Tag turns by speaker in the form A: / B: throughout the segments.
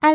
A: 艾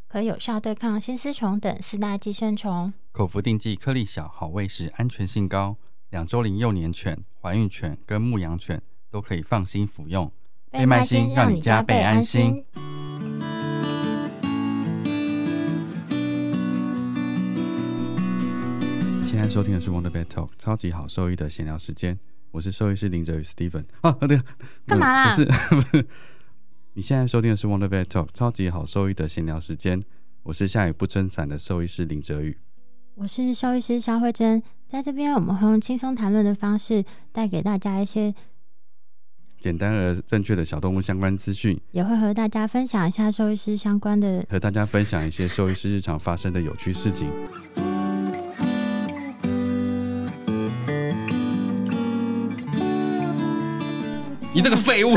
A: 可有效对抗新丝虫等四大寄生虫。
B: 口服定剂颗粒小，好喂食，安全性高。两周龄幼年犬、怀孕犬跟牧羊犬都可以放心服用。贝麦新让你加倍安心。现在收听的是《Wonder Vet Talk》超级好兽医的闲聊时间，我是兽医师林哲宇 Steven。啊，对，
A: 干嘛啦
B: 不是不是，你现在收听的是《Wonder Vet Talk》超级好兽医的闲聊时间，我是下雨不撑伞的兽医师林哲宇。
A: 我是兽医师肖慧珍，在这边我们会用轻松谈论的方式，带给大家一些，
B: 简单而正确的小动物相关资讯，
A: 也会和大家分享一下兽医师相关 的。
B: 和大家分享一些兽医师日常发生的有趣事情。你这个废物！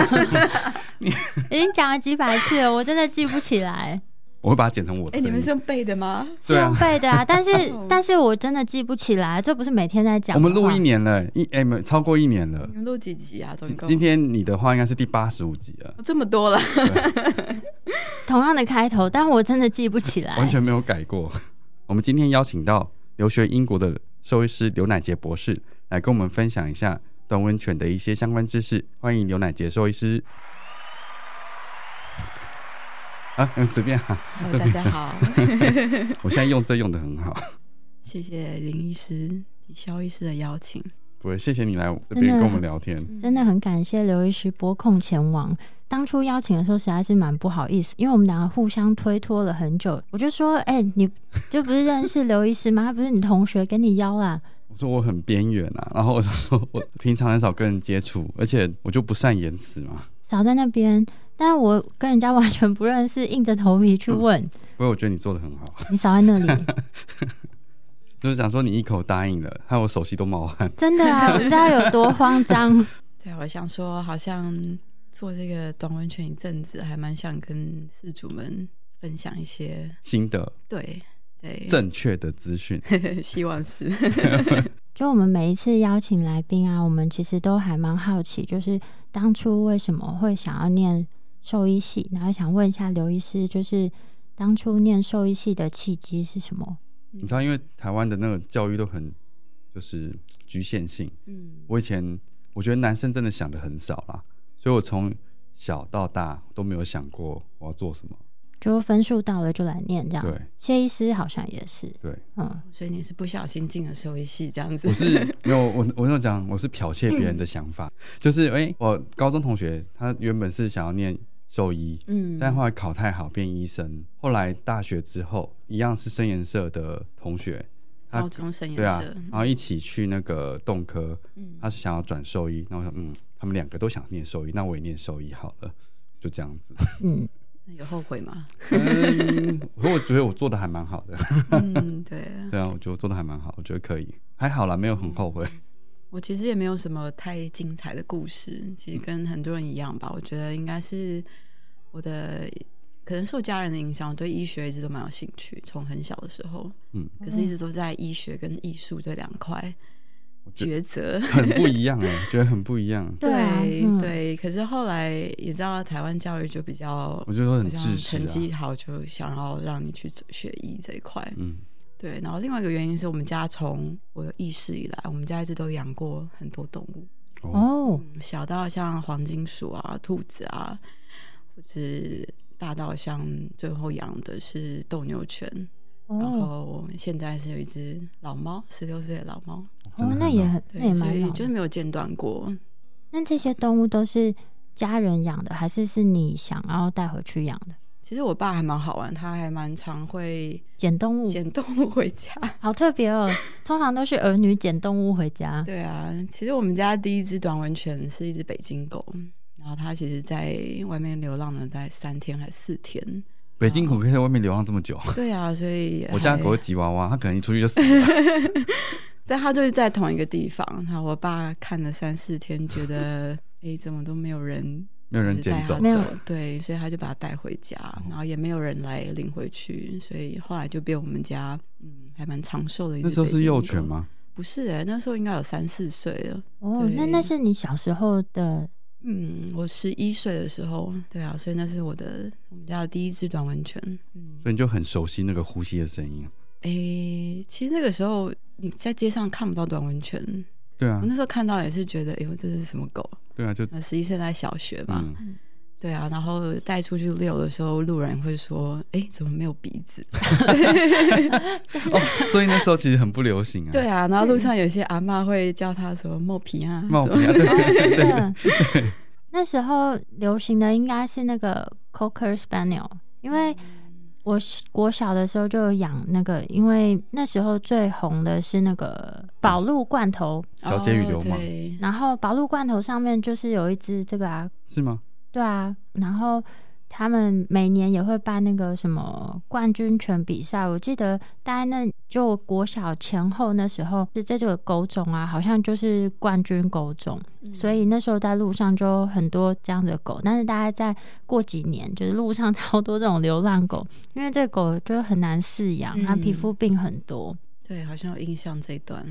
A: 已经讲了几百次了，我真的记不起来，
B: 我会把它剪成我的
C: 哎，
B: 声
C: 你们
B: 音
C: 是用背的吗？
A: 是
B: 对啊
A: 用背的啊。但 是
C: 哦，
A: 但是我真的记不起来，这不是每天在讲
B: 我
A: 的话。
B: 们录一年了，一哎没有超过一年了
C: 你。们录几集
A: 嗯
C: 啊？总
B: 今
C: 共
B: 今天你的话应该是第八十五集了，
C: 哦这 么多了，
A: 同样的开头，但我真的记不起来，
B: 完全没有改过。我们今天邀请到留学英国的兽医师刘乃杰博士来跟我们分享一下短温泉的一些相关知识。欢迎刘乃杰兽医师。啊， 嗯，随便啊，
C: 哦大家好，
B: 我现在用这用的很好。
C: 谢谢林医师及肖医师的邀请。
B: 不会，谢谢你来这边
A: 真的
B: 跟我们聊天。
A: 真的很感谢刘医师拨空前往。当初邀请的时候实在是蛮不好意思，因为我们两个互相推脱了很久。我就说：“哎、你就不是认识刘医师吗？他不是你同学给你邀啦、
B: 我说我很边缘啊，然后我就说我平常很少跟人接触，而且我就不善言辞嘛。
A: 少在那边。”但我跟人家完全不认识，硬着头皮去问、
B: 不过我觉得你做的很好，
A: 你少在那里，
B: 就是想说你一口答应了，害我手心都冒汗。
A: 真的啊，我知道有多慌张。
C: 对啊，我想说，好像做这个短温泉一阵子，还蛮想跟事主们分享一些，
B: 新的
C: 对对，
B: 正确的资讯，
C: 希望是
A: 就我们每一次邀请来宾啊，我们其实都还蛮好奇，就是当初为什么会想要念兽医系，然后想问一下刘医师，就是当初念兽医系的契机是什么？
B: 你知道，因为台湾的那个教育都很就是局限性。
C: 嗯，
B: 我以前我觉得男生真的想的很少啦，所以我从小到大都没有想过我要做什么。
A: 就分数到了就来念这样。
B: 对，
A: 谢医师好像也是，
B: 对，
A: 嗯，
C: 所以你是不小心进了兽医系这样子
B: 我，是没有我我就讲我是剽窃别人的想法，就是诶，我高中同学他原本是想要念兽医，
C: 嗯
B: 但后来考太好变医生，后来大学之后一样是生研社的同学，他
C: 高中生
B: 对
C: 颜
B: 啊
C: 色，，
B: 然后一起去那个动科，
C: 嗯
B: 他是想要转兽医，那我想嗯，他们两个都想念兽医，那我也念兽医好了。就这样子，
A: 嗯，
C: 那有后悔 吗？
B: 嗯，可我觉得我做的还蛮好的，
C: 嗯，对啊。
B: 对啊，我觉得我做的还蛮好，我觉得可以，还好啦，没有很后悔。
C: 我其实也没有什么太精彩的故事，其实跟很多人一样吧。我觉得应该是我的，可能受家人的影响，我对医学一直都蛮有兴趣，从很小的时候，
B: 嗯，
C: 可是一直都在医学跟艺术这两块抉择。
B: 很不一样哎、觉得很不一样。
A: 对啊
C: 对、
A: 嗯
C: 对，可是后来也知道台湾教育就比较，
B: 我就说很
C: 好像
B: 自私
C: 成绩
B: 啊，
C: 好就想要让你去走学医这一块。
B: 嗯，
C: 对，然后另外一个原因是我们家从我有意识以来，我们家一直都养过很多动物。
B: 哦，
A: 哦，
C: 嗯小到像黄金鼠啊、兔子啊，或是大到像最后养的是斗牛犬，然
A: 哦，
C: 后现在是有一只老猫，十六岁的老猫，
B: 真
A: 哦
B: 的，
A: 那
B: 很
A: 也
B: 好
A: 很，那也
C: 对，所
A: 蛮
C: 以
A: 老
C: 就是
A: 的。
C: 没有间断过。
A: 那这些动物都是家人养的，还是是你想要带回去养的？
C: 其实我爸还蛮好玩，他还蛮常会
A: 捡动物，
C: 捡动物回家。
A: 好特别哦。通常都是儿女捡动物回家。
C: 对啊，其实我们家第一只短吻犬是一只北京狗，然后它其实在外面流浪了大概三天还是四天，
B: 北京狗可以在外面流浪这么久，
C: 对啊，所以
B: 我家
C: 还
B: 的狗是吉娃娃，它可能一出去就死了。
C: 但他就是在同一个地方。然后我爸看了三四天，觉得 哎、诶怎么都没有人，
B: 没有人捡走
A: 没有
C: 对，所以他就把它带回家，
B: 哦
C: 然后也没有人来领回去，所以后来就变我们家嗯还蛮长寿的一只。
B: 那时候是幼犬？吗？
C: 不是哎、那时候应该有三四岁了。
A: 哦，那
C: 对
A: 那是你小时候的
C: 嗯，我十一岁的时候，对啊，所以那是我的我们家的第一只短吻犬。嗯，
B: 所以你就很熟悉那个呼吸的声音。啊
C: 诶、其实那个时候你在街上看不到短吻犬，
B: 对啊
C: 我，那时候看到也是觉得，哎、呦，这是什么狗？
B: 对啊，就
C: 呃，十一岁在小学吧，
B: 嗯，
C: 对啊，然后带出去遛的时候，路人会说，哎、怎么没有鼻子？
B: 哦，所以那时候其实很不流 行啊。
C: 对，啊，然后路上有些阿嬷会叫它什么莫皮啊，
B: 冒
C: 什
B: 牌
C: 么
B: 啊， 对，
A: 真的。那时候流行的应该是那个 Cocker Spaniel，因为我是国小的时候就有养那个，因为那时候最红的是那个宝路罐头，
B: 小街与流氓
C: 哦对
A: 然后宝路罐头上面就是有一只这个啊，
B: 是吗？
A: 对啊，然后他们每年也会办那个什么冠军犬比赛，我记得大概那就我国小前后那时候是这个狗种啊，好像就是冠军狗种，
C: 嗯
A: 所
B: 嗯
A: 以那时候在路上就很多这样的狗，但是大概在过几年，就是路上超多这种流浪狗，因为这狗就很难饲养，它皮
C: 嗯
A: 肤病很多。
C: 对，好像有印象这一段。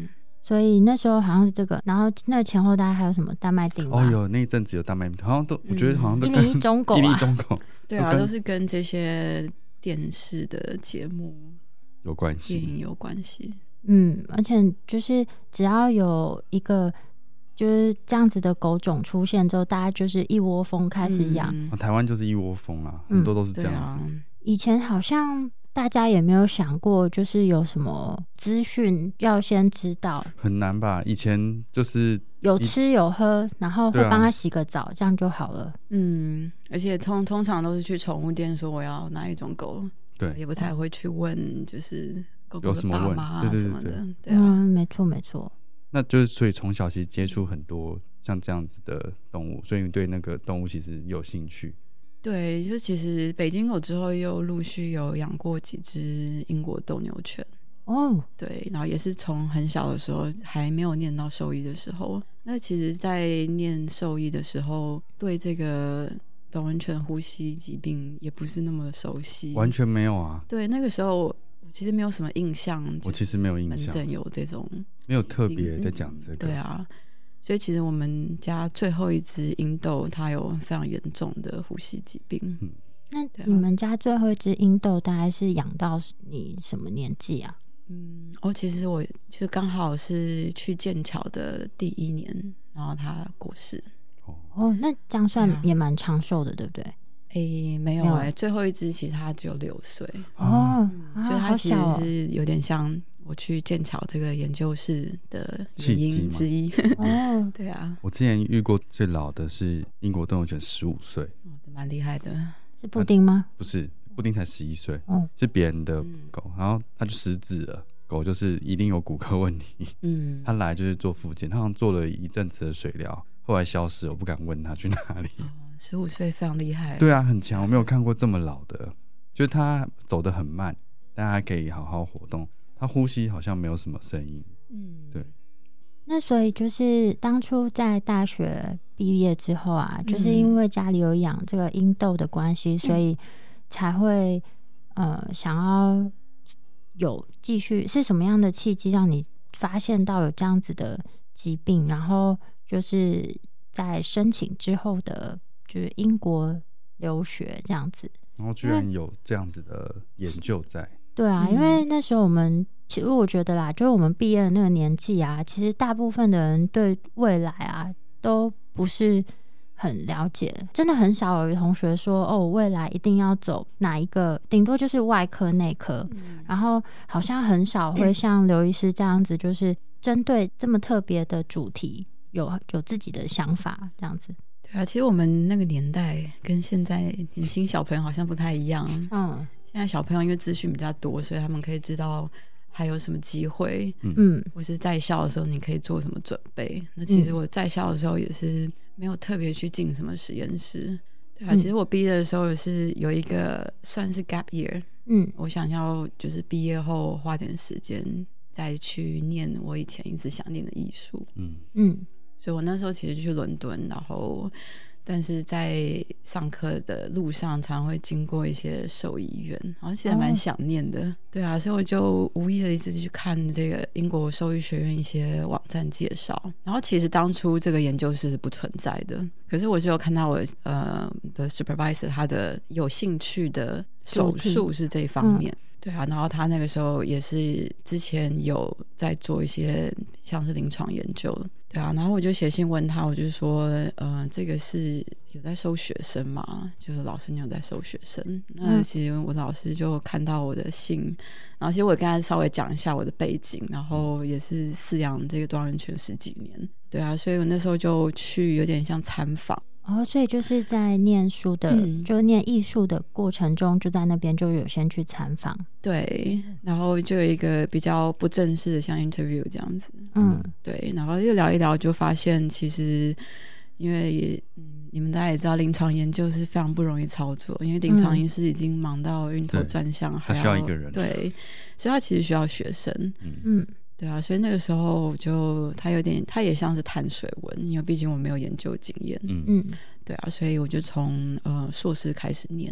A: 所以那时候好像是这个，然后那前后大概还有什么丹麦顶吧
B: 哦，，有那一阵子有大卖，好像都我
C: 嗯
B: 觉得好像
A: 嗯
B: 都
A: 一
B: 跟
A: 零一中狗
B: 一零一
A: 啊，
B: 中狗
C: 对啊，
B: 跟
C: 都是跟这些电视的节目、
B: 有关
C: 电
B: 系。
C: 影有关系。
A: 嗯，而且就是只要有一个就是这样子的狗种出现之后，大家就是一窝蜂开始养。
C: 嗯
B: 哦台湾就是一窝蜂啊，
A: 嗯
B: 很多都是这
C: 对
B: 样
C: 啊
B: 子。，
A: 以前好像大家也没有想过，就是有什么资讯要先知道，
B: 很难吧？以前就是
A: 有
B: 你
A: 吃有喝，然后会
B: 对啊
A: 帮它洗个澡，这样就好了。
C: 嗯，而且通通常都是去宠物店说我要哪一种狗，
B: 对
C: 也不太会去问就是狗狗
B: 有
C: 的
B: 什么
C: 爸
B: 问
C: 妈
B: 对
C: 啊
B: 对
C: 什
B: 对
C: 么
B: 对
C: 的，对啊，
A: 嗯，没错没错。
B: 那就是所以从小其实接触很多像这样子的动物，所以你对那个动物其实有兴趣。
C: 对，就其实北京狗之后又陆续有养过几只英国斗牛犬。
A: 哦，
C: 对，然后也是从很小的时候还没有念到兽医的时候，那其实，在念兽医的时候，对这个短吻犬呼吸疾病也不是那么熟悉，
B: 完全没有啊，
C: 对那个时候我其实没有什么印象，
B: 我
C: 就
B: 其
C: 是
B: 实没有印
C: 门
B: 象，
C: 诊有这种
B: 没有特别在讲这个。
C: 对，啊，所以其实我们家最后一只英斗它有非常严重的呼吸疾病，
A: 那
C: 对啊
A: 你们家最后一只英斗大概是养到你什么年纪啊？
C: 嗯，哦，其实我就刚好是去剑桥的第一年，然后它过世。
B: 哦，
A: 哦，那这样
C: 对啊
A: 算也蛮长寿的，对不对？
C: 诶、没有
A: 没有
C: 诶、最后一只其实它只有六岁，
B: 啊
A: 哦，啊
C: 嗯所以它
A: 好
C: 其实
A: 小哦
C: 是有点像我去剑桥这个研究室的
B: 契机
C: 原因
B: 吗
C: 之一。
A: 哦，
C: 对啊，
B: 我之前遇过最老的是英国斗牛犬，十五岁，
C: 哦蛮厉害的。
A: 是布丁吗？
B: 不是布丁才十一岁
A: 哦，
B: 是别人的
C: 嗯
B: 狗，然后它就失智了。狗就是一定有骨科问题，
C: 嗯，
B: 它来就是做复健，它好像做了一阵子的水疗，后来消失了，我不敢问它去哪里。
C: 哦十五岁非常厉害。
B: 对啊，很强，我没有看过这么老的，就是它走得很慢，但它可以好好活动，它呼吸好像没有什么声音。
C: 嗯，
B: 对
A: 那所以就是当初在大学毕业之后啊，就是因为家里有养这个英豆的关系，所以才会呃想要有继续是什么样的契机让你发现到有这样子的疾病，然后就是在申请之后的，就是英国留学这样子。
B: 然后居然有这样子的研究在，
A: 对啊，因为那时候我们其实我觉得啦，就是我们毕业的那个年纪啊，其实大部分的人对未来啊都不是很了解，真的很少有同学说哦，我未来一定要走哪一个，顶多就是外科、内科，
C: 嗯
A: 然后好像很少会像刘医师这样子，就是针对这么特别的主题有有自己的想法这样子。
C: 对啊，其实我们那个年代跟现在年轻小朋友好像不太一样。
A: 嗯
C: 现在小朋友因为资讯比较多，所以他们可以知道还有什么机会，
A: 嗯
C: 或是在校的时候你可以做什么准备。那其实我在校的时候也是没有特别去进什么实验室，对对啊，其实我毕业的时候也是有一个算是 gap year，
A: 嗯
C: 我想要就是毕业后花点时间再去念我以前一直想念的艺术，
B: 嗯
A: 嗯
C: 所以我那时候其实去伦敦，然后但是在上课的路上常会经过一些兽医院，而且蛮
A: 哦
C: 想念的。对啊，所以我就无意的一直去看这个英国兽医学院一些网站介绍，然后其实当初这个研究室是不存在的，可是我就有看到我呃的 supervisor 他的有兴趣的手术是这一方面。对啊，然后他那个时候也是之前有在做一些像是临床研究，对啊，然后我就写信问他，我就说，呃，这个是有在收学生吗？就是老师你有在收学生？那
A: 嗯
C: 其实我老师就看到我的信，然后其实我也跟他稍微讲一下我的背景，然后也是饲养这个多人犬十几年，对啊，所以我那时候就去有点像参访。
A: 哦，所以就是在念书的，
C: 嗯
A: 就念艺术的过程中，就在那边就有先去参访，
C: 对，然后就有一个比较不正式的像 interview 这样子，
A: 嗯
C: 对，然后又聊一聊，就发现其实因为也嗯你们大家也知道，临床研究是非常不容易操作，因为临床
A: 嗯
C: 医师已经忙到晕头
B: 对
C: 转向，还
B: 他需要一个人
C: 对，所以他其实需要学生，
B: 嗯
A: 嗯
C: 对啊，所以那个时候就他有点，他也像是探水文，因为毕竟我没有研究经验，
B: 嗯
A: 嗯，
C: 对啊，所以我就从呃硕士开始念，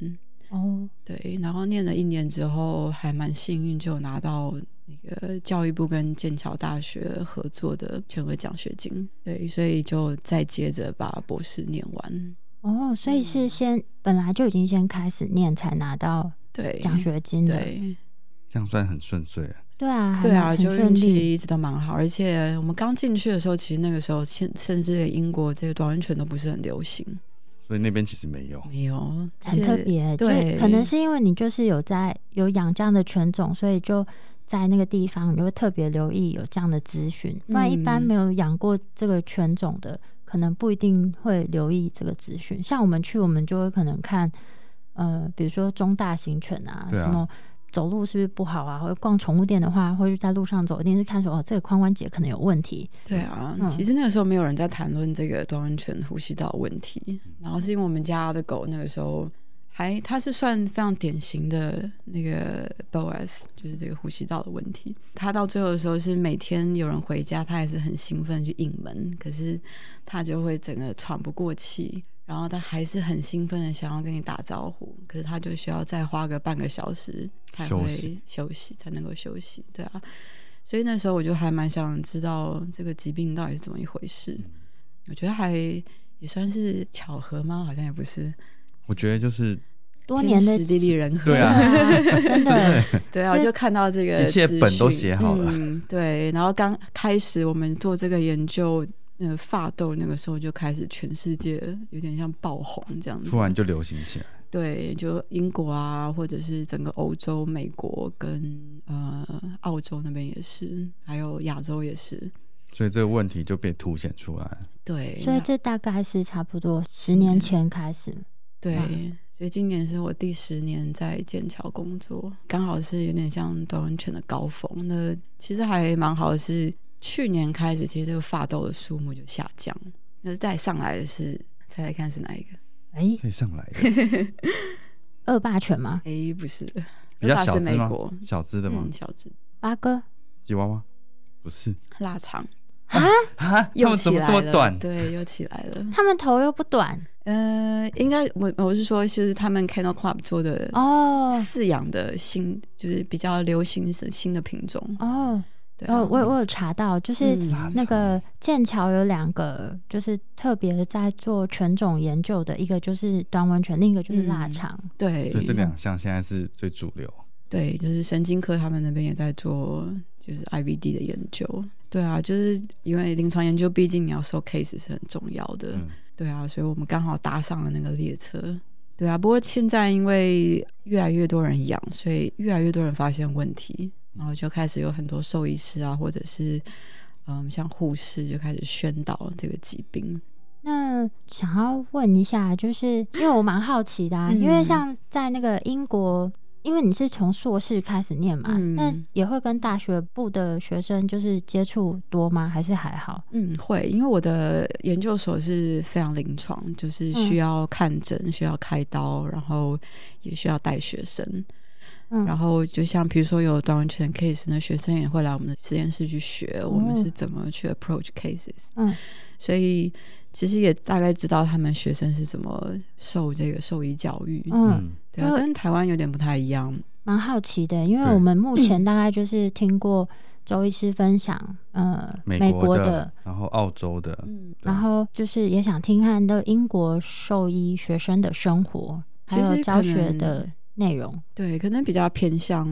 A: 哦，
C: 对，然后念了一年之后，还蛮幸运，就有拿到那个教育部跟剑桥大学合作的全额奖学金。对，所以就再接着把博士念完。
A: 哦，所以是先本来就已经先开始念，才拿到
C: 对，
A: 奖学金的，
C: 对
B: 这样算很顺遂啊。
A: 对啊，还
C: 对啊，
A: 蛮
C: 就
A: 很
C: 运
A: 顺利，
C: 气一直都蛮好。而且我们刚进去的时候，其实那个时候甚甚至连英国这个短人犬都不是很流行，
B: 所以那边其实没有，
C: 没有，
A: 很特
C: 是。
A: 别。就
C: 对
A: 可能是因为你就是有在有养这样的犬种，所以就在那个地方，你就会特别留意有这样的资讯。不然一般
C: 嗯
A: 没有养过这个犬种的，可能不一定会留意这个资讯。像我们去，我们就会可能看，呃，比如说中大型犬啊，
B: 对啊
A: 什么。走路是不是不好啊？或者逛宠物店的话，或者在路上走，一定是看说哦，这个髋关节可能有问题。
C: 对啊，
A: 嗯
C: 其实那个时候没有人在谈论这个多人犬呼吸道问题，然后是因为我们家的狗那个时候还它是算非常典型的那个 BOAS，就是这个呼吸道的问题。它到最后的时候是每天有人回家，它还是很兴奋去应门，可是它就会整个喘不过气。然后它还是很兴奋的想要跟你打招呼，可是它就需要再花个半个小时才
B: 休
C: 会
B: 息
C: 休息，才能够休息，对啊。所以那时候我就还蛮想知道这个疾病到底是怎么一回事。
B: 嗯
C: 我觉得还也算是巧合吗？好像也不是，
B: 我觉得就是
A: 多年的
C: 天时地利人和，
B: 对啊
A: 真 的，
C: 对啊，我
A: 这
C: 就看到这个
B: 一切
C: 资讯
B: 本都写好了
C: 嗯，对。然后刚开始我们做这个研究，呃，发豆那个时候就开始全世界有点像爆红这样子
B: 突，然就流行起来，
C: 对，就英国啊，或者是整个欧洲、美国跟呃澳洲那边也是，还有亚洲也是，
B: 所以这个问题就被凸显出来。
C: 对。
A: 所以这大概是差不多十年前开始。
C: 对
A: 嗯，
C: 所以今年是我第十年在剑桥工作，刚好是有点像短文犬的高峰。那其实还蛮好的是，去年开始，其实这个发豆的数目就下降。那再上来的是，猜猜看是哪一个？
A: 哎，
B: 可以上来的，
A: 恶霸犬吗？
C: 哎、不是，
B: 比较
C: 那
B: 小
C: 是
B: 只
C: 美
B: 吗
C: 国？
B: 小只的吗
C: 嗯，？小只
A: 八哥
B: 吉娃娃？不是
C: 腊肠
B: 啊，它
C: 又
B: 们怎么
C: 起来
B: 这么
C: 了
B: 短？
C: 对，又起来了。
A: 他们头又不短
C: 呃，应该我我是说，就是他们 Kennel Club 做的
A: 哦
C: 饲养的新，就是比较流行是新的品种。
A: 哦
C: 对啊、
A: 哦，我有我有查到，就是
C: 嗯
B: 腊
A: 那
B: 肠
A: 个剑桥有两个，就是特别在做犬种研究的，一个就是短吻犬，另一个就是腊
C: 嗯
A: 肠。
C: 对，
B: 所以这两项现在是最主流。
C: 对，就是神经科他们那边也在做，就是 IVD 的研究。对啊，就是因为临床研究，毕竟你要收 case 是很重要的。
B: 嗯，
C: 对啊，所以我们刚好搭上了那个列车。对啊，不过现在因为越来越多人养，所以越来越多人发现问题，然后就开始有很多兽医师啊，或者是嗯，像护士就开始宣导这个疾病。
A: 那想要问一下，就是因为我蛮好奇的、啊，
C: 嗯
A: 因为像在那个英国因为你是从硕士开始念嘛，
C: 嗯
A: 那也会跟大学部的学生就是接触多吗？还是还好？
C: 嗯，会，因为我的研究所是非常临床，就是
A: 嗯
C: 需要看诊、需要开刀，然后也需要带学生。
A: 嗯，
C: 然后就像比如说有短文全 case，那学生也会来我们的实验室去学我们是怎么去 approach cases。
A: 哦嗯，
C: 所以其实也大概知道他们学生是怎么受这个兽医教育。
A: 嗯，
B: 嗯，
C: 对啊，
A: 就
C: 跟台湾有点不太一样。
A: 蛮好奇的，因为
B: 对
A: 我们目前大概就是听过周医师分享，呃，
B: 美
A: 美
B: 国的，
A: 的，
B: 然后澳洲的，
C: 嗯，
B: 对
A: 然后就是也想听看的英国兽医学生的生活，还
C: 其
A: 有
C: 实
A: 教
C: 可
A: 学
C: 能
A: 的内容。
C: 对，可能比较偏向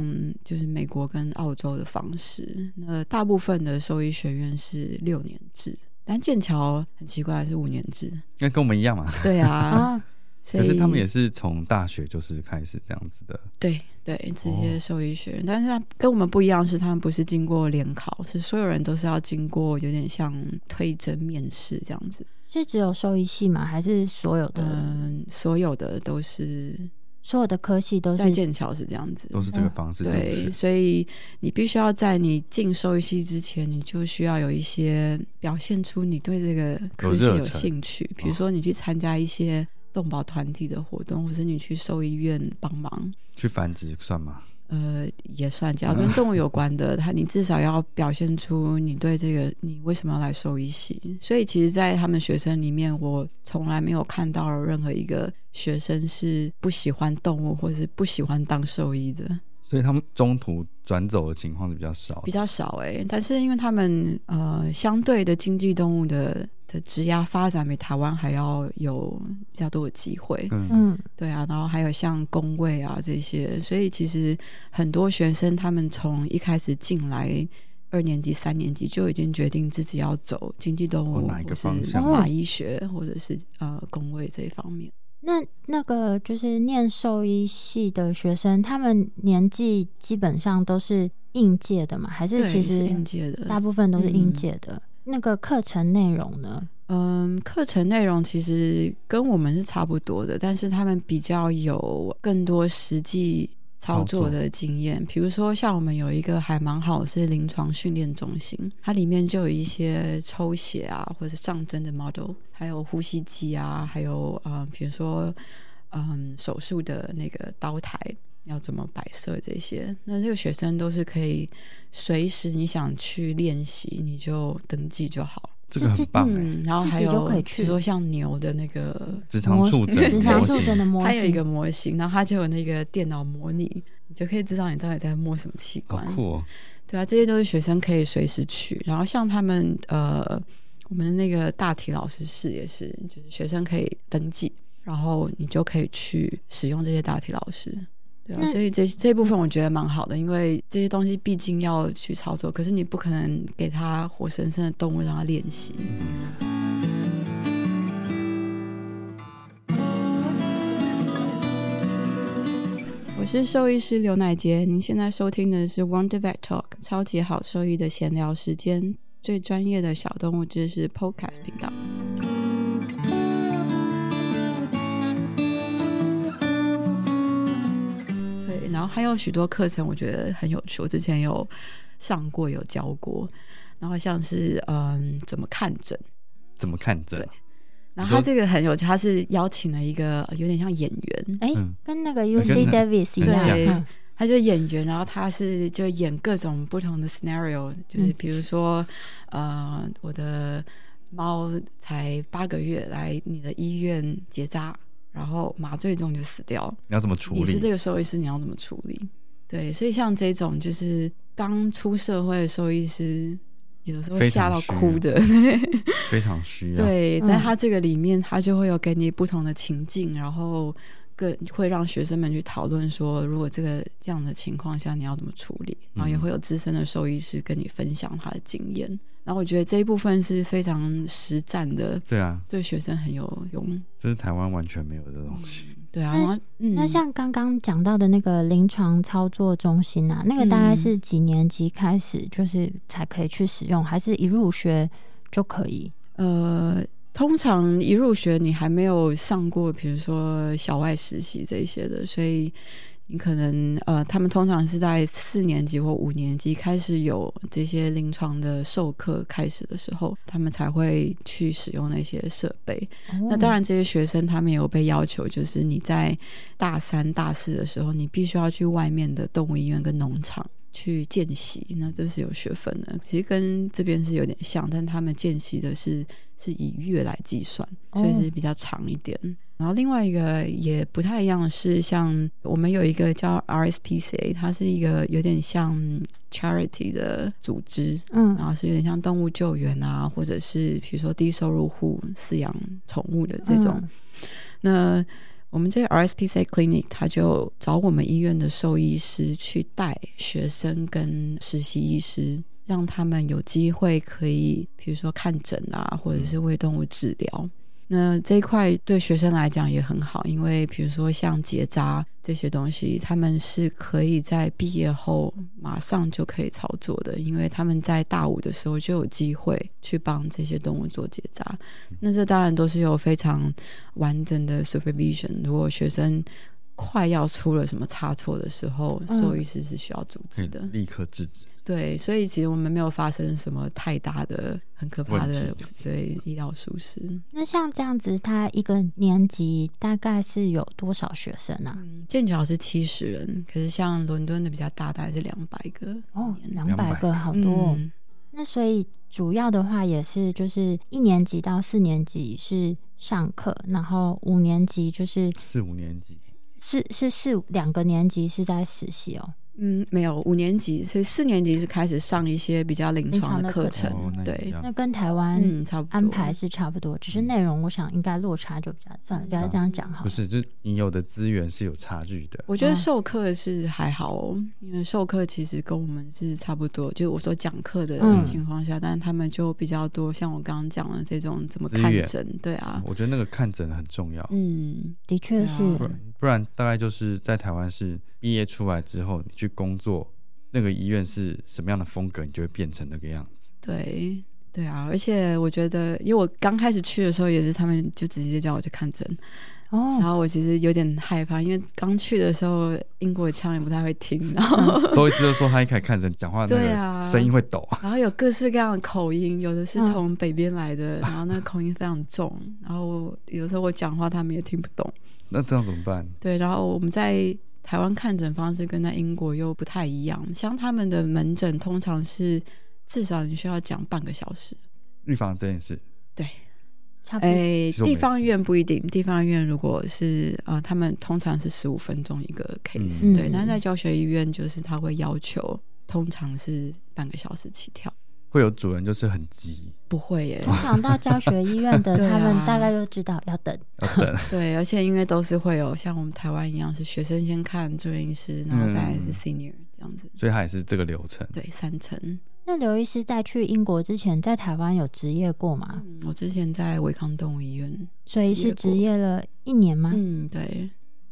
C: 就是美国跟澳洲的方式。那大部分的兽医学院是六年制，但剑桥很奇怪是五年制。
B: 应该跟我们一样嘛。
C: 对啊，
A: 啊，
C: 所
B: 可
C: 以
B: 是他们也是从大学就是开始这样子的，
C: 对对，直接
B: 哦
C: 兽医学院，但是他跟我们不一样，是他们不是经过联考，是所有人都是要经过有点像推甄面试这样子。
A: 是只有兽医系吗？还是所有的、
C: 嗯，所有的都是
A: 所有的科系都
C: 在
A: 是？
C: 剑桥是这样子，
B: 都是这个方式进
C: 对，
B: 去。
C: 所以你必须要在你进兽医系之前，你就需要有一些表现出你对这个科系
B: 有热
C: 有
B: 忱
C: 兴趣，比如
B: 哦
C: 说你去参加一些动保团体的活动，或是你去兽医院帮忙。
B: 去繁殖算吗？
C: 呃，也算，只要跟动物有关的，它你至少要表现出你对这个你为什么要来兽医系。所以其实，在他们学生里面，我从来没有看到任何一个学生是不喜欢动物或是不喜欢当兽医的，
B: 所以他们中途转走的情况是比较少的，
C: 比较少哎、但是因为他们呃，相对的经济动物的的职涯发展比台湾还要有比较多的机会，
B: 嗯，
A: 嗯，
C: 对啊，然后还有像工位啊这些，所以其实很多学生他们从一开始进来二年级、三年级就已经决定自己要走经济动
B: 往
C: 物，
B: 哪一个
C: 或是
B: 方向
C: 马医学，或者是呃工位这一方面。
A: 那那个就是念兽医系的学生，他们年纪基本上都是应届的嘛？还是
C: 对
A: 其
C: 是应
A: 实
C: 届的，
A: 大部分都是应
C: 嗯
A: 届的？那个课程内容呢？
C: 嗯，课程内容其实跟我们是差不多的，但是他们比较有更多实际操作的经验。比如说，像我们有一个还蛮好的是临床训练中心，它里面就有一些抽血啊，或者上针的 model，还有呼吸机啊，还有嗯，比如说嗯手术的那个刀台。要怎么摆设这些？那这个学生都是可以随时你想去练习，你就登记就好。
B: 这个很棒哎、
C: 嗯，然后
A: 自己就
C: 还有
A: 可以
C: 比如说像牛的那个，
B: 职场触诊
A: 模
B: 模
A: 职
B: 型，
A: 场触诊的模型，
C: 它有一个模型，然后它就有那个电脑模拟，你就可以知道你到底在摸什么器
B: 好
C: 官。
B: 酷哦！
C: 对啊，这些都是学生可以随时去。然后像他们呃，我们的那个大体老师室也是，就是学生可以登记，然后你就可以去使用这些大体老师。对啊
A: 那，
C: 所以这这部分我觉得蛮好的，因为这些东西毕竟要去操作，可是你不可能给他活生生的动物让他练习。
B: 嗯
C: 我是兽医师刘乃杰，您现在收听的是 Wonder Vet Talk 超级好兽医的闲聊时间，最专业的小动物知识 Podcast 频道。对，然后还有许多课程，我觉得很有趣。我之前有上过，有教过，然后像是嗯，怎么看诊。
B: 怎么看诊？
C: 然
B: 你
C: 后
B: 说
C: 他这个很有趣，他是邀请了一个有点像演员，
A: 哎、
B: 嗯
A: 跟那个
B: 跟
A: UC
B: 那
A: Davis 一
B: 很
A: 样，
C: 像
A: 嗯
C: 他就演员，然后他是就演各种不同的 scenario，就是
A: 嗯
C: 比如说，呃，我的猫才八个月来你的医院结扎，然后麻醉中就死掉，
B: 你要怎么处
C: 你是
B: 理？
C: 这个兽医师，你要怎么处理？对，所以像这种就是刚出社会的兽医师，有时候
B: 非
C: 吓
B: 常
C: 到
B: 虚
C: 哭的。
B: 非常需要。
C: 对，
A: 嗯
C: 但它这个里面，它就会有给你不同的情境，然后更会让学生们去讨论说，如果这个这样的情况下，你要怎么处理？然后也
B: 嗯
C: 会有资深的兽医师跟你分享他的经验。然后我觉得这一部分是非常实战的，
B: 对啊，
C: 对学生很有用。
B: 这是台湾完全没有的东西。
C: 对啊，
A: 那
C: 然后嗯，
A: 那像刚刚讲到的那个临床操作中心啊，那个大概
C: 嗯
A: 是几年级开始，就是才可以去使用，还是一入学就可以？
C: 呃，通常一入学你还没有上过，比如说小外实习这一些的，所以你可能呃，他们通常是在四年级或五年级开始有这些临床的授课开始的时候，他们才会去使用那些设备。那当然，这些学生他们也有被要求，就是你在大三、大四的时候，你必须要去外面的动物医院跟农场去见习。那这是有学分的，其实跟这边是有点像，但他们见习的是是以月来计算，所以是比较长一点。然后另外一个也不太一样的是，像我们有一个叫 RSPCA，它是一个有点像 charity 的组织，
A: 嗯
C: 然后是有点像动物救援啊，或者是比如说低收入户饲养宠物的这
A: 嗯
C: 种。那我们这个 RSPCA clinic，他就找我们医院的兽医师去带学生跟实习医师，让他们有机会可以，比如说看诊啊，或者是为动物治疗。那这一块对学生来讲也很好，因为比如说像结扎这些东西，他们是可以在毕业后马上就可以操作的，因为他们在大五的时候就有机会去帮这些动物做结扎。那这当然都是有非常完整的 supervision。如果学生快要出了什么差错的时候，
A: 嗯
C: 兽医师是需要阻
B: 可以
C: 止的。
B: 立刻制止。
C: 对，所以其实我们没有发生什么太大的、很可怕的
B: 问题
C: 对医疗疏失。
A: 那像这样子，他一个年级大概是有多少学生啊？
C: 嗯，剑桥是七十人，可是像伦敦的比较大，大概是两百个。
A: 哦，两百
B: 200
A: 个，好多、哦。
C: 嗯
A: 那所以主要的话也是就是一年级到四年级是上课，然后五年级就是
B: 四五年级，
A: 是是四两个年级是在实习哦。
C: 嗯，没有五年级，所以四年级是开始上一些比较临床
A: 临床的
C: 课
A: 课程
C: 程。
B: 哦，那也一
C: 对，
B: 样
A: 那跟台湾
C: 嗯，差不多
A: 安排是差不多，只是内容我想应该落差就比较算了，不要这样讲好
B: 嗯不
A: 了。
B: 是，就是你有的资源是有差距的。
C: 我觉得
A: 哦
C: 授课是还好哦，因为授课其实跟我们是差不多，就是我说讲课的
A: 嗯
C: 情况下，但他们就比较多，像我刚刚讲的这种怎么
B: 资
C: 看
B: 源哦
C: 诊，对啊，
B: 我觉得那个看诊很重要，
C: 嗯，
A: 的确是，
C: 对啊
B: 不然不然大概就是在台湾是毕业出来之后，你去工作，那个医院是什么样的风格，你就会变成那个样 子。
C: 对。对啊，而且我觉得，因为我刚开始去的时候也是，他们就直接叫我去看诊，然
A: 哦，
C: 后我其实有点害怕，因为刚去的时候英国腔也不太会听，然后
B: 周医师就说他一开始看诊讲话那
C: 对啊
B: 个声音会抖，
C: 然后有各式各样的口音，有的是
A: 嗯
C: 从北边来的，然后那个口音非常重，然后我有时候我讲话他们也听不懂。
B: 那这样怎么办？
C: 对，然后我们在台湾看诊方式跟在英国又不太一样，像他们的门诊通常是至少你需要讲半个小时。
B: 预防这件事，
A: 差不多。
C: 哎、
B: 其实我
C: 地
B: 没
C: 方
B: 事
C: 医院不一定，地方医院如果是呃，他们通常是十五分钟一个 case，、
A: 嗯嗯
C: 对，但是在教学医院就是他会要求通常是半个小时起跳，
B: 会有主人就是很急，
C: 不会耶，
B: 哦
A: 通常到教学医院的，
C: 对啊
A: 他们大概就知道要等，
B: 要 等。
C: 对，而且因为都是会有像我们台湾一样是学生先看住院医师，然后再来是
B: 嗯
C: senior 这样子，
B: 所以它也是这个流程。
C: 对，三层。
A: 那刘医师在去英国之前，在台湾有职业过吗？
C: 嗯我之前在维康动物医院，
A: 所以是职业了一年吗？
C: 嗯，对，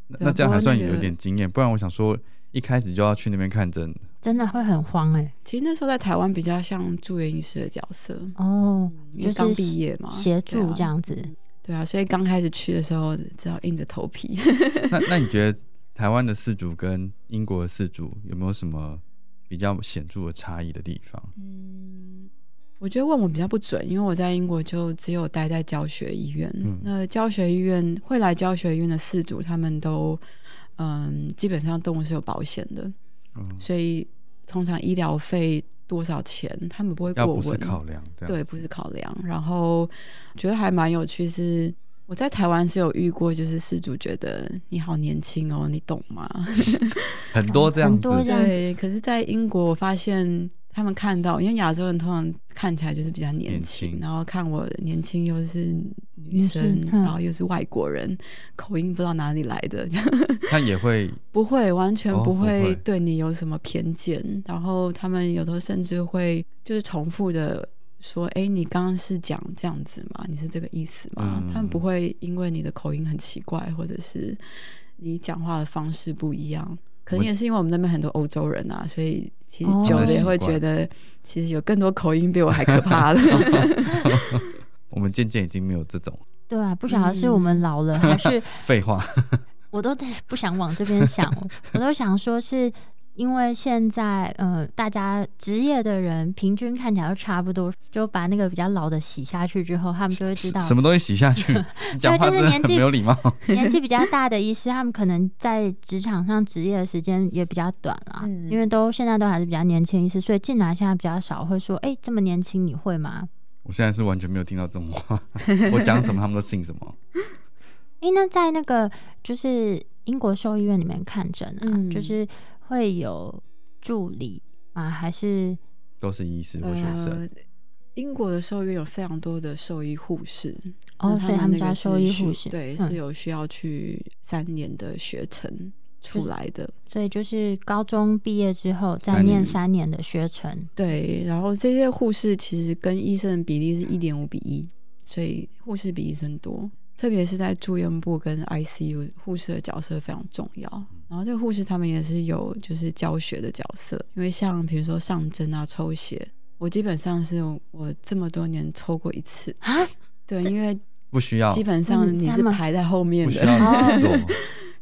B: 那
A: 啊
C: 对
B: 那这样
C: 不过
B: 还算
C: 那个
B: 有点经验，不然我想说一开始就要去那边 看诊，
A: 真的会很慌哎、
C: 其实那时候在台湾比较像住院医师的角色，
A: 哦，
C: 因
A: 就
C: 为
A: 是
C: 刚毕业嘛，
A: 协
C: 对
A: 助
C: 啊
A: 这样子。
C: 对啊，所以刚开始去的时候，只好硬着头皮。
B: 那那你觉得台湾的四主跟英国的四主有没有什么比较显著的差异的地方？
C: 嗯， 我觉得问我比较不准，因为我在英国就只有待在教学医院。
B: 嗯
C: 那教学医院会来教学医院的四组，他们都嗯，基本上动物是有保险的，
B: 嗯，
C: 所以通常医疗费多少钱，他们不会
B: 要
C: 过
B: 不
C: 问。
B: 是考量这样，
C: 对，不是考量。然后觉得还蛮有趣是，我在台湾是有遇过，就是事主觉得你好年轻哦，你懂吗？
B: 很多这样
A: 很
B: 子，
A: 多这样子
C: 对，可是，在英国我发现他们看到，因为亚洲人通常看起来就是比较年
B: 年
C: 轻，
B: 轻
C: 然后看我年轻又是女
A: 女
C: 生
A: 性，嗯
C: 然后又是外国人，口音不知道哪里来的，
B: 他也会
C: 不会，完全
B: 哦
C: 不
B: 不
C: 会
B: 会
C: 对你有什么偏见。然后他们有时候甚至会就是重复的说：“哎，你刚刚是讲这样子吗？你是这个意思吗？”
B: 嗯
C: 他们不会因为你的口音很奇怪，或者是你讲话的方式不一样。可
B: 我
C: 能也是因为我们那边很多欧洲人啊，所以其实
A: 哦
C: 久了也会
B: 习惯
C: 觉得，其实有更多口音比我还可怕 了。
B: 我们渐渐已经没有这种
C: 嗯
A: 对啊，不晓得是我们老了，还是
B: 废话，
A: 我都在不想往这边 想，我我都想说是因为现在呃，大家职业的人平均看起来都差不多，就把那个比较老的洗下去之后，他们就会知道
B: 什么东西洗 下去？你讲话
A: 就是
B: 真的
A: 年
B: 很
A: 纪
B: 没有礼貌。
A: 年纪比较大的医师，他们可能在职场上职业的时间也比较短啦，
C: 嗯
A: 因为都现在都还是比较年轻医师，所以进来现在比较少会说，哎、这么年轻你会吗？
B: 我现在是完全没有听到这种 话，我讲什么他们都信什么。
A: 哎、那在那个就是英国兽医院里面看诊啊，
C: 嗯
A: 就是会有助理啊，还是
B: 都是医师或学生，
C: 呃，英国的兽医院有非常多的兽医护士，
A: 哦，
C: 那
A: 所以他
C: 嗯那
A: 们
C: 个
A: 叫
C: 是
A: 兽医
C: 需
A: 护士，
C: 对，
A: 嗯
C: 是有需要去三年的学程出来的。
A: 所以就是高中毕业之后再
B: 三
A: 念
B: 年
A: 三年的学程，
C: 对，然后这些护士其实跟医生的比例是一点五比一，所以护士比医生多。特别是在住院部跟 ICU，护士的角色非常重要。
B: 嗯
C: 然后这个护士他们也是有就是教学的角色，因为像比如说上针啊、抽血，我基本上是我这么多年抽过一次
A: 啊，
C: 对，因为
B: 不需要
C: 基本上
A: 嗯
C: 你
A: 他
C: 是
A: 们
C: 排在后面
B: 哦不需
C: 的，
B: 要你
A: 哦
B: 做，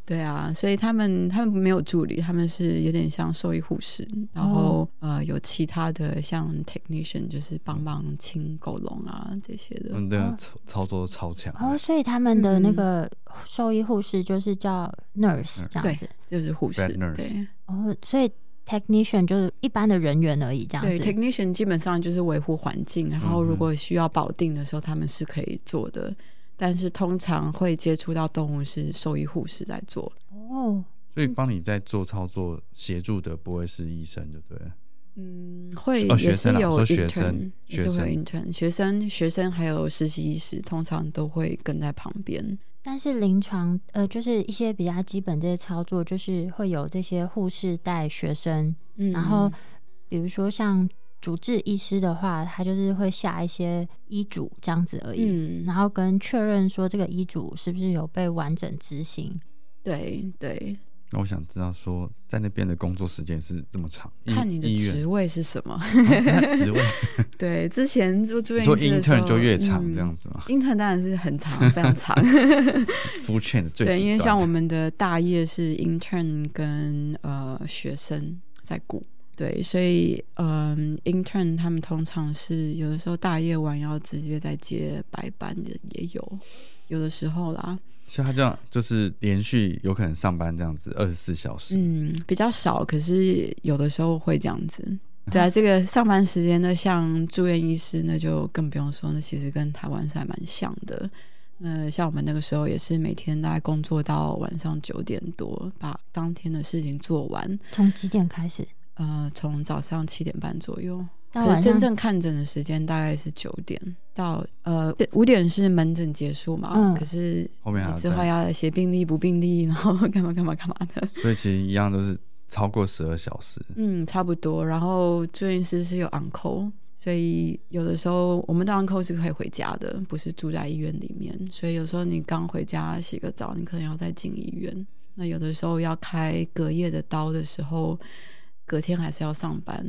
C: 对啊，所以他们他们没有助理，他们是有点像兽医护士，然
A: 哦
C: 后、呃有其他的像 technician，就是帮忙清狗笼啊这些的。
B: 他们的操操作都超强。
A: 哦，所以他们的那
C: 嗯
A: 个兽医护士就是叫 nurse 这样
C: 对
A: 子，
C: 就是护士
B: Vet nurse
C: 对
A: 哦，所以 technician 就是一般的人员而已，这样
C: 对
A: 子。
C: ，technician 基本上就是维护环境，然后
B: 嗯哼
C: 如果需要保定的时候，他们是可以做的，但是通常会接触到动物是兽医护士在做，
A: 哦，
B: 所以帮你在做操作协助的不会是医生，就对了。
C: 嗯，会
B: 哦学
C: 也是
B: 生啦
C: 有
B: 我说学
C: intern，
B: 生
C: 也
B: 学
C: 是会有
B: 生
C: intern，学生学生还有实习医师，通常都会跟在旁边。
A: 但是临床呃，就是一些比较基本这些操作，就是会有这些护士带学生，
C: 嗯
A: 然后比如说像主治医师的话，他就是会下一些医嘱这样子而已，
C: 嗯，
A: 然后跟确认说这个医嘱是不是有被完整执行。
C: 对对，
B: 那我想知道说，在那边的工作时间是这么长？医
C: 看你的
B: 医院
C: 职位是什么。
B: 啊 职位，
C: 对，之前做住
B: 你
C: 院
B: 说
C: 医师的时
B: intern
C: 候
B: 就越长这。样
C: 嗯
B: 子吗？
C: intern 当然是很长，非 常长。
B: 肤浅的最
C: 嗯对，因为
B: 底端
C: 像我们的大业是 intern 跟呃学生在顾，对，所以嗯、intern 他们通常是有的时候大夜晚要直接在接白班的也有，有的时候啦，
B: 像他这样，就是连续有可能上班这样子二十四小时，
C: 嗯，比较少，可是有的时候会这样子。对啊，这个上班时间呢，像住院医师那就更不用说，那其实跟台湾是还蛮像的。那像我们那个时候也是每天大概工作到晚上九点多，把当天的事情做完。
A: 从几点开始
C: 呃，从早上七点半左右，
A: 到
C: 可
A: 晚
C: 是
A: 上
C: 真正看诊的时间大概是九点到呃五点是门诊结束嘛，
A: 嗯
C: 可是
B: 后面还
C: 你
B: 要
C: 之后
B: 再，
C: 要写病历不病历，然后干嘛干嘛干嘛的，
B: 所以其实一样都是超过十二小时。
C: 嗯，差不多。然后住院医师是有 on call，所以有的时候我们的 on call 是可以回家的，不是住在医院里面。所以有时候你刚回家洗个澡，你可能要再进医院。那有的时候要开隔夜的刀的时候，隔天还是要上班，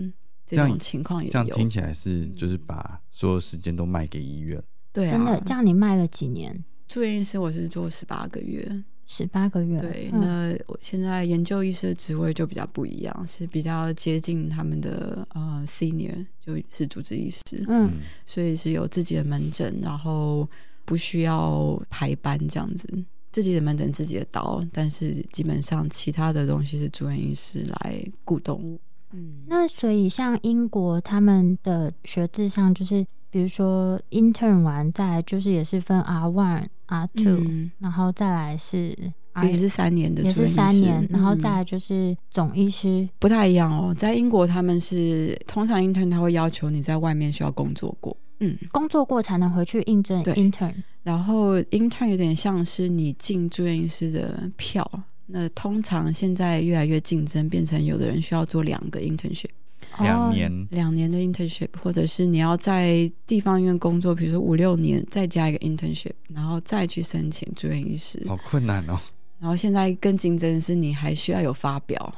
C: 这
B: 这样
C: 种情况也
B: 这样听
C: 有。
B: 起来是就是把所有时间都卖给医院，
C: 对
A: 真的
C: 啊，
A: 这样你卖了几年？
C: 住院医师我是做十八个月，
A: 十八个月。
C: 对，
A: 嗯
C: 那我现在研究医师的职位就比较不一样，是比较接近他们的呃 senior，就是主治医师。
A: 嗯，
B: 嗯，
C: 所以是有自己的门诊，然后不需要排班这样子，自己的门诊自己的刀，但是基本上其他的东西是住院医师来顾动物。嗯，
A: 那所以像英国他们的学制上，就是比如说 intern 完，再来就是也是分 R one、R two，、
C: 嗯，
A: 然后再来是
C: 这
A: R
C: 也是三年的
A: 哎也
C: 住院
A: 是
C: 医师，
A: 三年，然后
C: 嗯
A: 再来就是总医师。
C: 不太一样哦。在英国，他们是通常 intern 他会要求你在外面需要工作过，嗯，
A: 工作过才能回去应征
C: 对
A: intern，
C: 然后 intern 有点像是你进住院医师的票。那通常现在越来越竞争，变成有的人需要做两个 internship。
B: 两、
A: 哦
B: 年
C: 两年的 internship，或者是你要在地方医院工作，比如说五六年，再加一个 internship，然后再去申请住院医师。
B: 好困难哦。
C: 然后现在更竞争的是，你还需要有发表，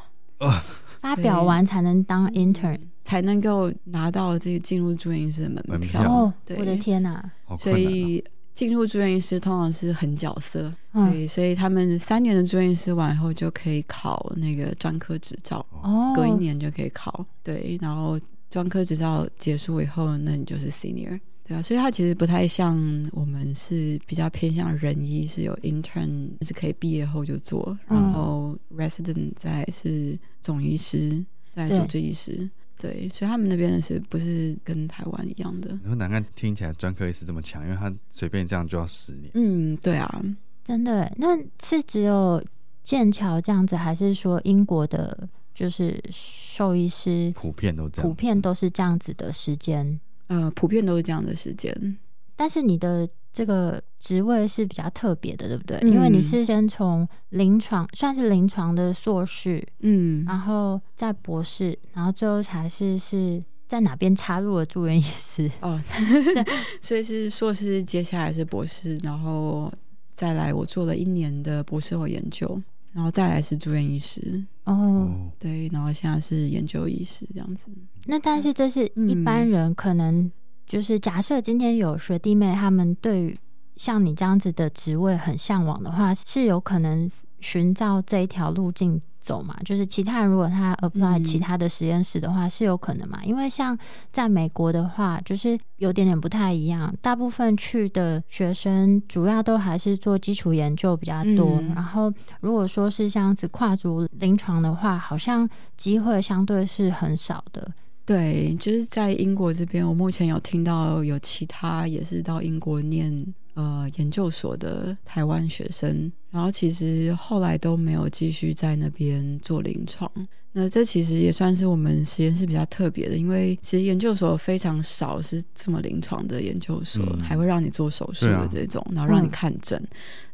A: 发表完才能当
C: 嗯
A: intern。
C: 才能够拿到这个进入住院医师的门
B: 门
C: 票。
B: 票
A: 哦，
C: 对
A: 我的天哪、
B: 好
C: 所
B: 困难、哦。
C: 以进入住院医师通常是很角色，
A: 嗯，
C: 对，所以他们三年的住院医师完后就可以考那个专科执照，
A: 哦，
C: 隔一年就可以考，对，然后专科执照结束以后，那你就是 senior，对啊，所以它其实不太像我们是比较偏向人医，是有 intern 是可以毕业后就做，
A: 嗯
C: 然后 resident 再是总医师，再主
A: 对
C: 治医师。对，所以他们那边的是不是跟台湾一样的？
B: 然后南岸听起来专科医师这么强，因为他随便这样就要十年。
C: 嗯，对啊，
A: 真的耶，那是只有剑桥这样子，还是说英国的，就是兽医师
B: 普遍都这样，
A: 普遍都是这样子的时间？
C: 呃，普遍都是这样的时间。
A: 但是你的这个职位是比较特别的，对不对？
C: 嗯
A: 因为你是先从临床，算是临床的硕士，
C: 嗯，
A: 然后再博士，然后最后才是是在哪边插入了住院医师？
C: 哦， 所以是硕士，接下来是博士，然后再来我做了一年的博士后研究，然后再来是住院医师，
A: 哦，
B: 哦，
C: 对，然后现在是研究医师这样子。
A: 那但是这是
C: 嗯
A: 一般人可能就是假设今天有学弟妹，他们对于像你这样子的职位很向往的话，是有可能寻照这一条路径走嘛？就是其他人如果他 apply
C: 嗯
A: 其他的实验室的话，是有可能嘛？因为像在美国的话，就是有点点不太一样，大部分去的学生主要都还是做基础研究比较多，
C: 嗯
A: 然后如果说是这样子跨足临床的话，好像机会相对是很少的。
C: 对，就是在英国这边，我目前有听到有其他也是到英国念呃研究所的台湾学生，然后其实后来都没有继续在那边做临床。那这其实也算是我们实验室比较特别的，因为其实研究所非常少是这么临床的研究所，
B: 嗯
C: 还会让你做手术
B: 对啊
C: 的这种，然后让你
A: 嗯
C: 看诊。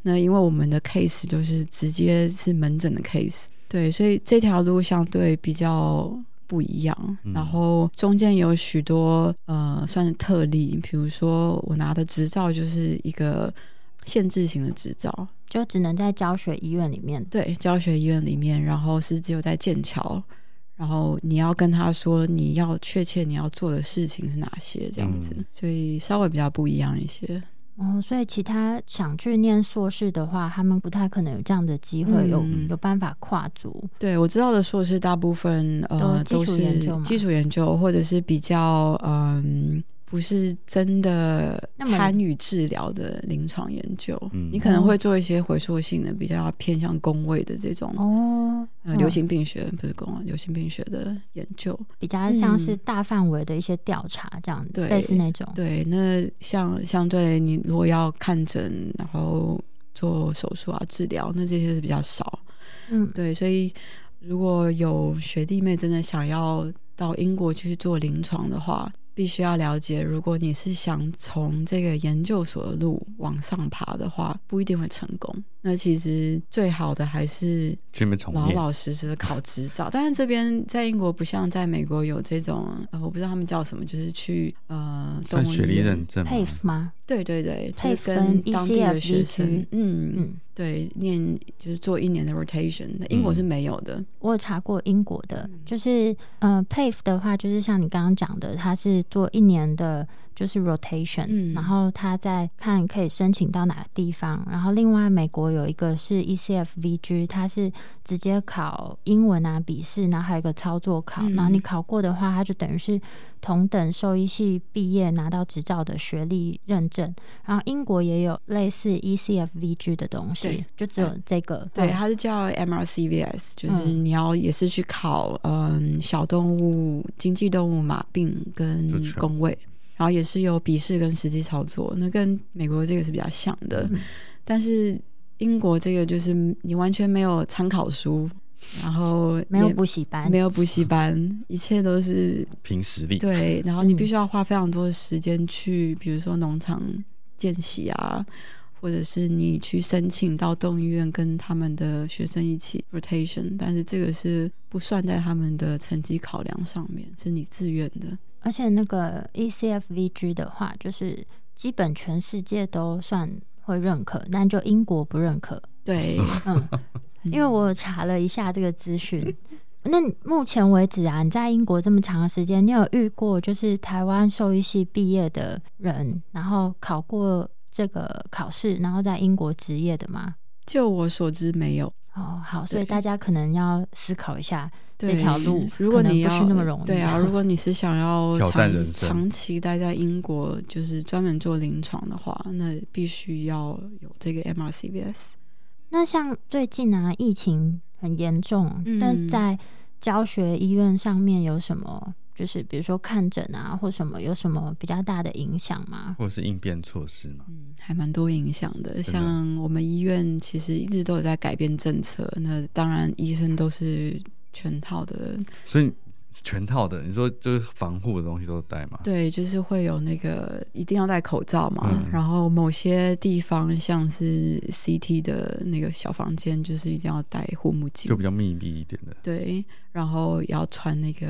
C: 那因为我们的 case 就是直接是门诊的 case，对，所以这条路相对比较不一样。
B: 嗯
C: 然后中间有许多呃，算是特例，比如说我拿的执照就是一个限制型的执照，
A: 就只能在教学医院里面。
C: 对，教学医院里面，然后是只有在剑桥。然后你要跟他说你要确切你要做的事情是哪些这样子，
B: 嗯
C: 所以稍微比较不一样一些。
A: 哦，所以其他想去念硕士的话，他们不太可能有这样的机会，
C: 嗯
A: 有有办法跨足。
C: 对，我知道的硕士大部分
A: 都
C: 呃都
A: 基础
C: 是
A: 研究嘛
C: 基础研究，或者是比较嗯不是真的
A: 那么哦
C: 参与治疗的临床研究。
B: 嗯
C: 你可能会做一些回溯性的，比较偏向工位的这种、
A: 哦，
C: 呃
A: 嗯
C: 流行病学，不是工位，流行病学的研究。
A: 比较像是
C: 嗯
A: 大范围的一些调查这样，
C: 对
A: 类似那种。
C: 对，那像相对你如果要看诊，然后做手术啊治疗，那这些是比较少。
A: 嗯，
C: 对，所以如果有学弟妹真的想要到英国去做临床的话，必须要了解，如果你是想从这个研究所的路往上爬的话，不一定会成功。那其实最好的还是
B: 去那边从
C: 老
B: 业，
C: 老实实的考执照。但是这边在英国不像在美国有这种，呃，我不知道他们叫什么，就是去呃动
B: 算
C: 物
B: 学历
C: 医院
B: 认证吗？
A: 佩服吗？
C: 对对对，就是
A: 配
C: 跟
A: 分 E
C: 当地的
A: ECFV
C: 学生
A: 区，
C: 嗯嗯，
A: 嗯，
C: 对，念就是做一年的 rotation，那英国是
B: 嗯
C: 没有的。
A: 我有查过英国的，
C: 嗯
A: 就是呃佩服的话，就是像你刚刚讲的，他是做一年的，就是 rotation，、
C: 嗯
A: 然后他再看可以申请到哪个地方。然后另外美国有一个是 E ECFVG，它是直接考英文啊笔试，然后还有一个操作考，
C: 嗯
A: 然后你考过的话，它就等于是同等兽医系毕业拿到执照的学历认证。然后英国也有类似 E ECFVG 的东西
C: 对，
A: 就只有这个。
C: 对，
A: 嗯
C: 它是叫 MRCVS，就是
A: 嗯
C: 你要也是去考嗯小动物、经济动物、马病跟
B: 主持人
C: 工位，然后也是有笔试跟实际操作，那跟美国这个是比较像的，
A: 嗯
C: 但是英国这个就是你完全没有参考书，然后
A: 没有
C: 也
A: 补习班
C: 没，有补习班，一切都是
B: 凭实力。
C: 对，然后你
A: 嗯
C: 必须要花非常多的时间去，比如说农场见习啊，或者是你去申请到动物医院跟他们的学生一起 rotation，但是这个是不算在他们的成绩考量上面，是你自愿的。
A: 而且那个 E ECFVG 的话，就是基本全世界都算会认可，但就英国不认可。
C: 对，
A: 嗯，因为我查了一下这个资讯。那目前为止啊，你在英国这么长的时间，你有遇过就是台湾兽医系毕业的人，然后考过这个考试，然后在英国职业的吗？
C: 就我所知，没有
A: 哦，好，
C: 对
A: 所以大家可能要思考一下
C: 对
A: 这条路，
C: 如果你
A: 可
C: 要
A: 能不是那么容易。
C: 对啊，如果你是想要
B: 挑战
C: 长
B: 人生
C: 长期待在英国，就是专门做临床的话，那必须要有这个 MRCBS。
A: 那像最近啊，疫情很严重，
C: 嗯
A: 那在教学医院上面有什么？就是比如说看诊啊，或什么有什么比较大的影响吗？
B: 或者是应变措施嘛？
C: 嗯，还蛮多影响的。
B: 的
C: 像我们医院其实一直都有在改变政策，那当然医生都是全套的，
B: 所以全套的，你说就是防护的东西都带嘛？
C: 对，就是会有那个一定要戴口罩嘛。
B: 嗯
C: 然后某些地方像是 CT 的那个小房间，就是一定要戴护目镜
B: 就，比较密闭一点的
C: 对，然后也要穿那个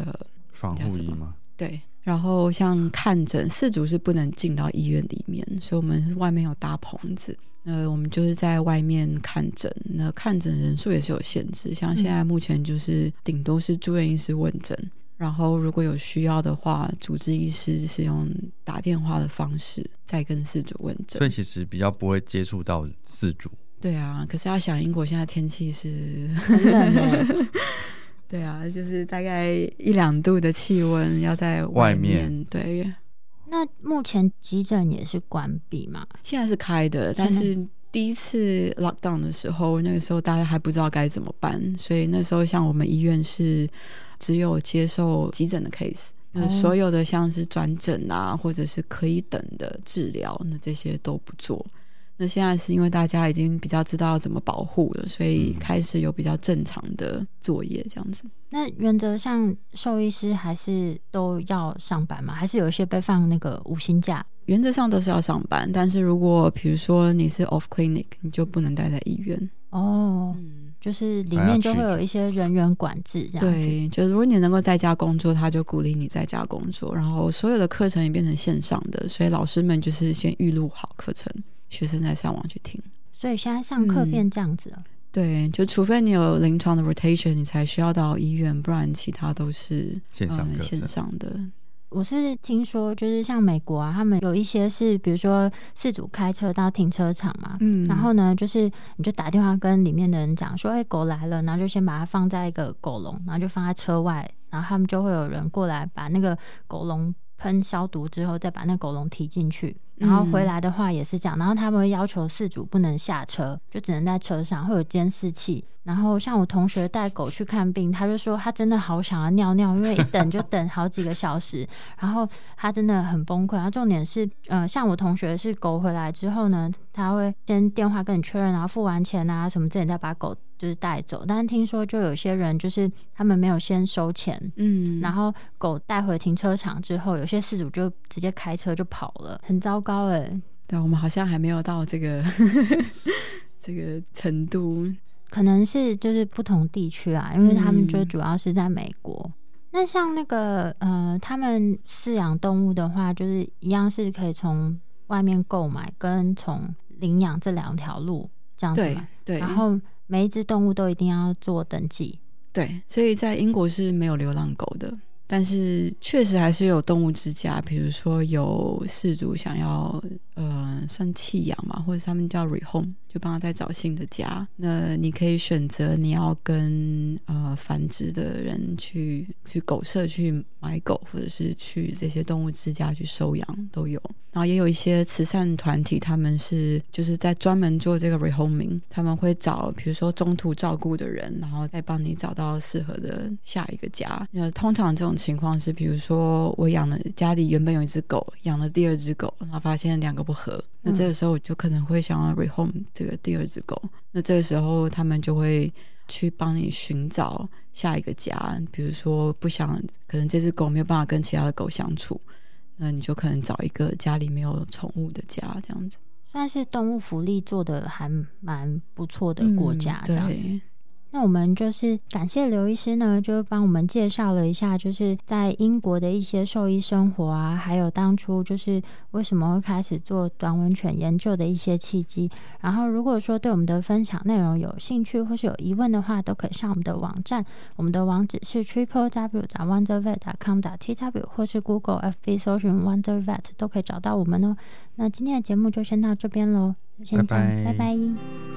B: 防护衣吗？
C: 对。然后像看诊，四组是不能进到医院里面，所以我们外面有搭棚子。呃，我们就是在外面看诊，那看诊人数也是有限制，像现在
A: 嗯
C: 目前就是顶多是住院医师问诊，然后如果有需要的话，主治医师是用打电话的方式再跟四组问诊
B: 所以。其实比较不会接触到四主，
C: 对啊，可是要想英国现在天气是
A: 很冷欸
C: 对啊，就是大概一两度的气温，要在
B: 外面
C: 面对，
A: 那目前急诊也是关闭嘛？
C: 现在是开的，
A: 现在
C: 但是第一次 lockdown 的时候，那个时候大家还不知道该怎么办，所以那时候像我们医院是只有接受急诊的 case，那
A: 哦
C: 所有的像是转诊啊，或者是可以等的治疗，那这些都不做。那现在是因为大家已经比较知道要怎么保护了，所以
B: 嗯
C: 开始有比较正常的作业这样子。
A: 那原则上，兽医师还是都要上班吗？还是有一些被放那个无薪假？
C: 原则上都是要上班，但是如果比如说你是 off clinic，你就不能待在医院。
A: 哦，
C: 嗯，
A: 就是里
B: 还要
A: 面就
B: 取
A: 会有
B: 决
A: 一些人员管制这样子。
C: 对，就如果你能够在家工作，他就鼓励你在家工作，然后所有的课程也变成线上的，所以老师们就是先预录好课程，学生再上网去听。
A: 所以现在上课
C: 嗯
A: 变这样子哦了。
C: 对，就除非你有临床的 rotation，你才需要到医院，不然其他都是
B: 线上
C: 嗯
B: 课程
C: 线上的。
A: 我是听说，就是像美国啊，他们有一些是，比如说事主开车到停车场嘛，
C: 嗯
A: 然后呢，就是你就打电话跟里面的人讲说，哎、狗来了，然后就先把它放在一个狗笼，然后就放在车外，然后他们就会有人过来把那个狗笼喷消毒之后，再把那狗笼提进去。然后回来的话也是这样，然后他们会要求事主不能下车，就只能在车上会有监视器。然后像我同学带狗去看病，他就说他真的好想要尿尿，因为一等就等好几个小时，然后他真的很崩溃。然后重点是，呃，像我同学是狗回来之后呢，他会先电话跟你确认，然后付完钱啊什么之类，再把狗就是带走。但是听说就有些人就是他们没有先收钱，
C: 嗯，
A: 然后狗带回停车场之后，有些事主就直接开车就跑了，很糟糕哎、
C: 对，我们好像还没有到这个 这个程度。
A: 可能是就是不同地区啊，因为他们就
C: 嗯
A: 主要是在美国。那像那个呃，他们饲养动物的话，就是一样是可以从外面购买跟从领养这两条路这样子
C: 对
A: 嘛。
C: 对，
A: 然后每一只动物都一定要做登记。
C: 对，所以在英国是没有流浪狗的，但是确实还是有动物之家，比如说有饲主想要呃算弃养嘛，或者他们叫 rehome，就帮他再找新的家。那你可以选择你要跟呃繁殖的人去去狗舍去买狗，或者是去这些动物之家去收养都有。然后也有一些慈善团体，他们是就是在专门做这个 rehoming，他们会找比如说中途照顾的人，然后再帮你找到适合的下一个家。呃，通常这种情况是，比如说我养了家里原本有一只狗，养了第二只狗，然后发现两个不合，那这个时候我就可能会想要 rehome 这个第二只狗。那这个时候他们就会去帮你寻找下一个家，比如说不想，可能这只狗没有办法跟其他的狗相处。那你就可能找一个家里没有宠物的家这样子
A: 算是动物福利做的还蛮不错的国家，
C: 嗯
A: 这样子。
C: 对
A: 那我们就是感谢刘医师呢，就帮我们介绍了一下，就是在英国的一些兽医生活啊，还有当初就是为什么会开始做短吻犬研究的一些契机。然后，如果说对我们的分享内容有兴趣或是有疑问的话，都可以上我们的网站，我们的网址是 triple w. wonder vet. com. t w 或是 Google F B 搜寻 wonder vet 都可以找到我们哦。那今天的节目就先到这边喽，就先这样，
B: 拜
A: 拜
B: 拜
A: 拜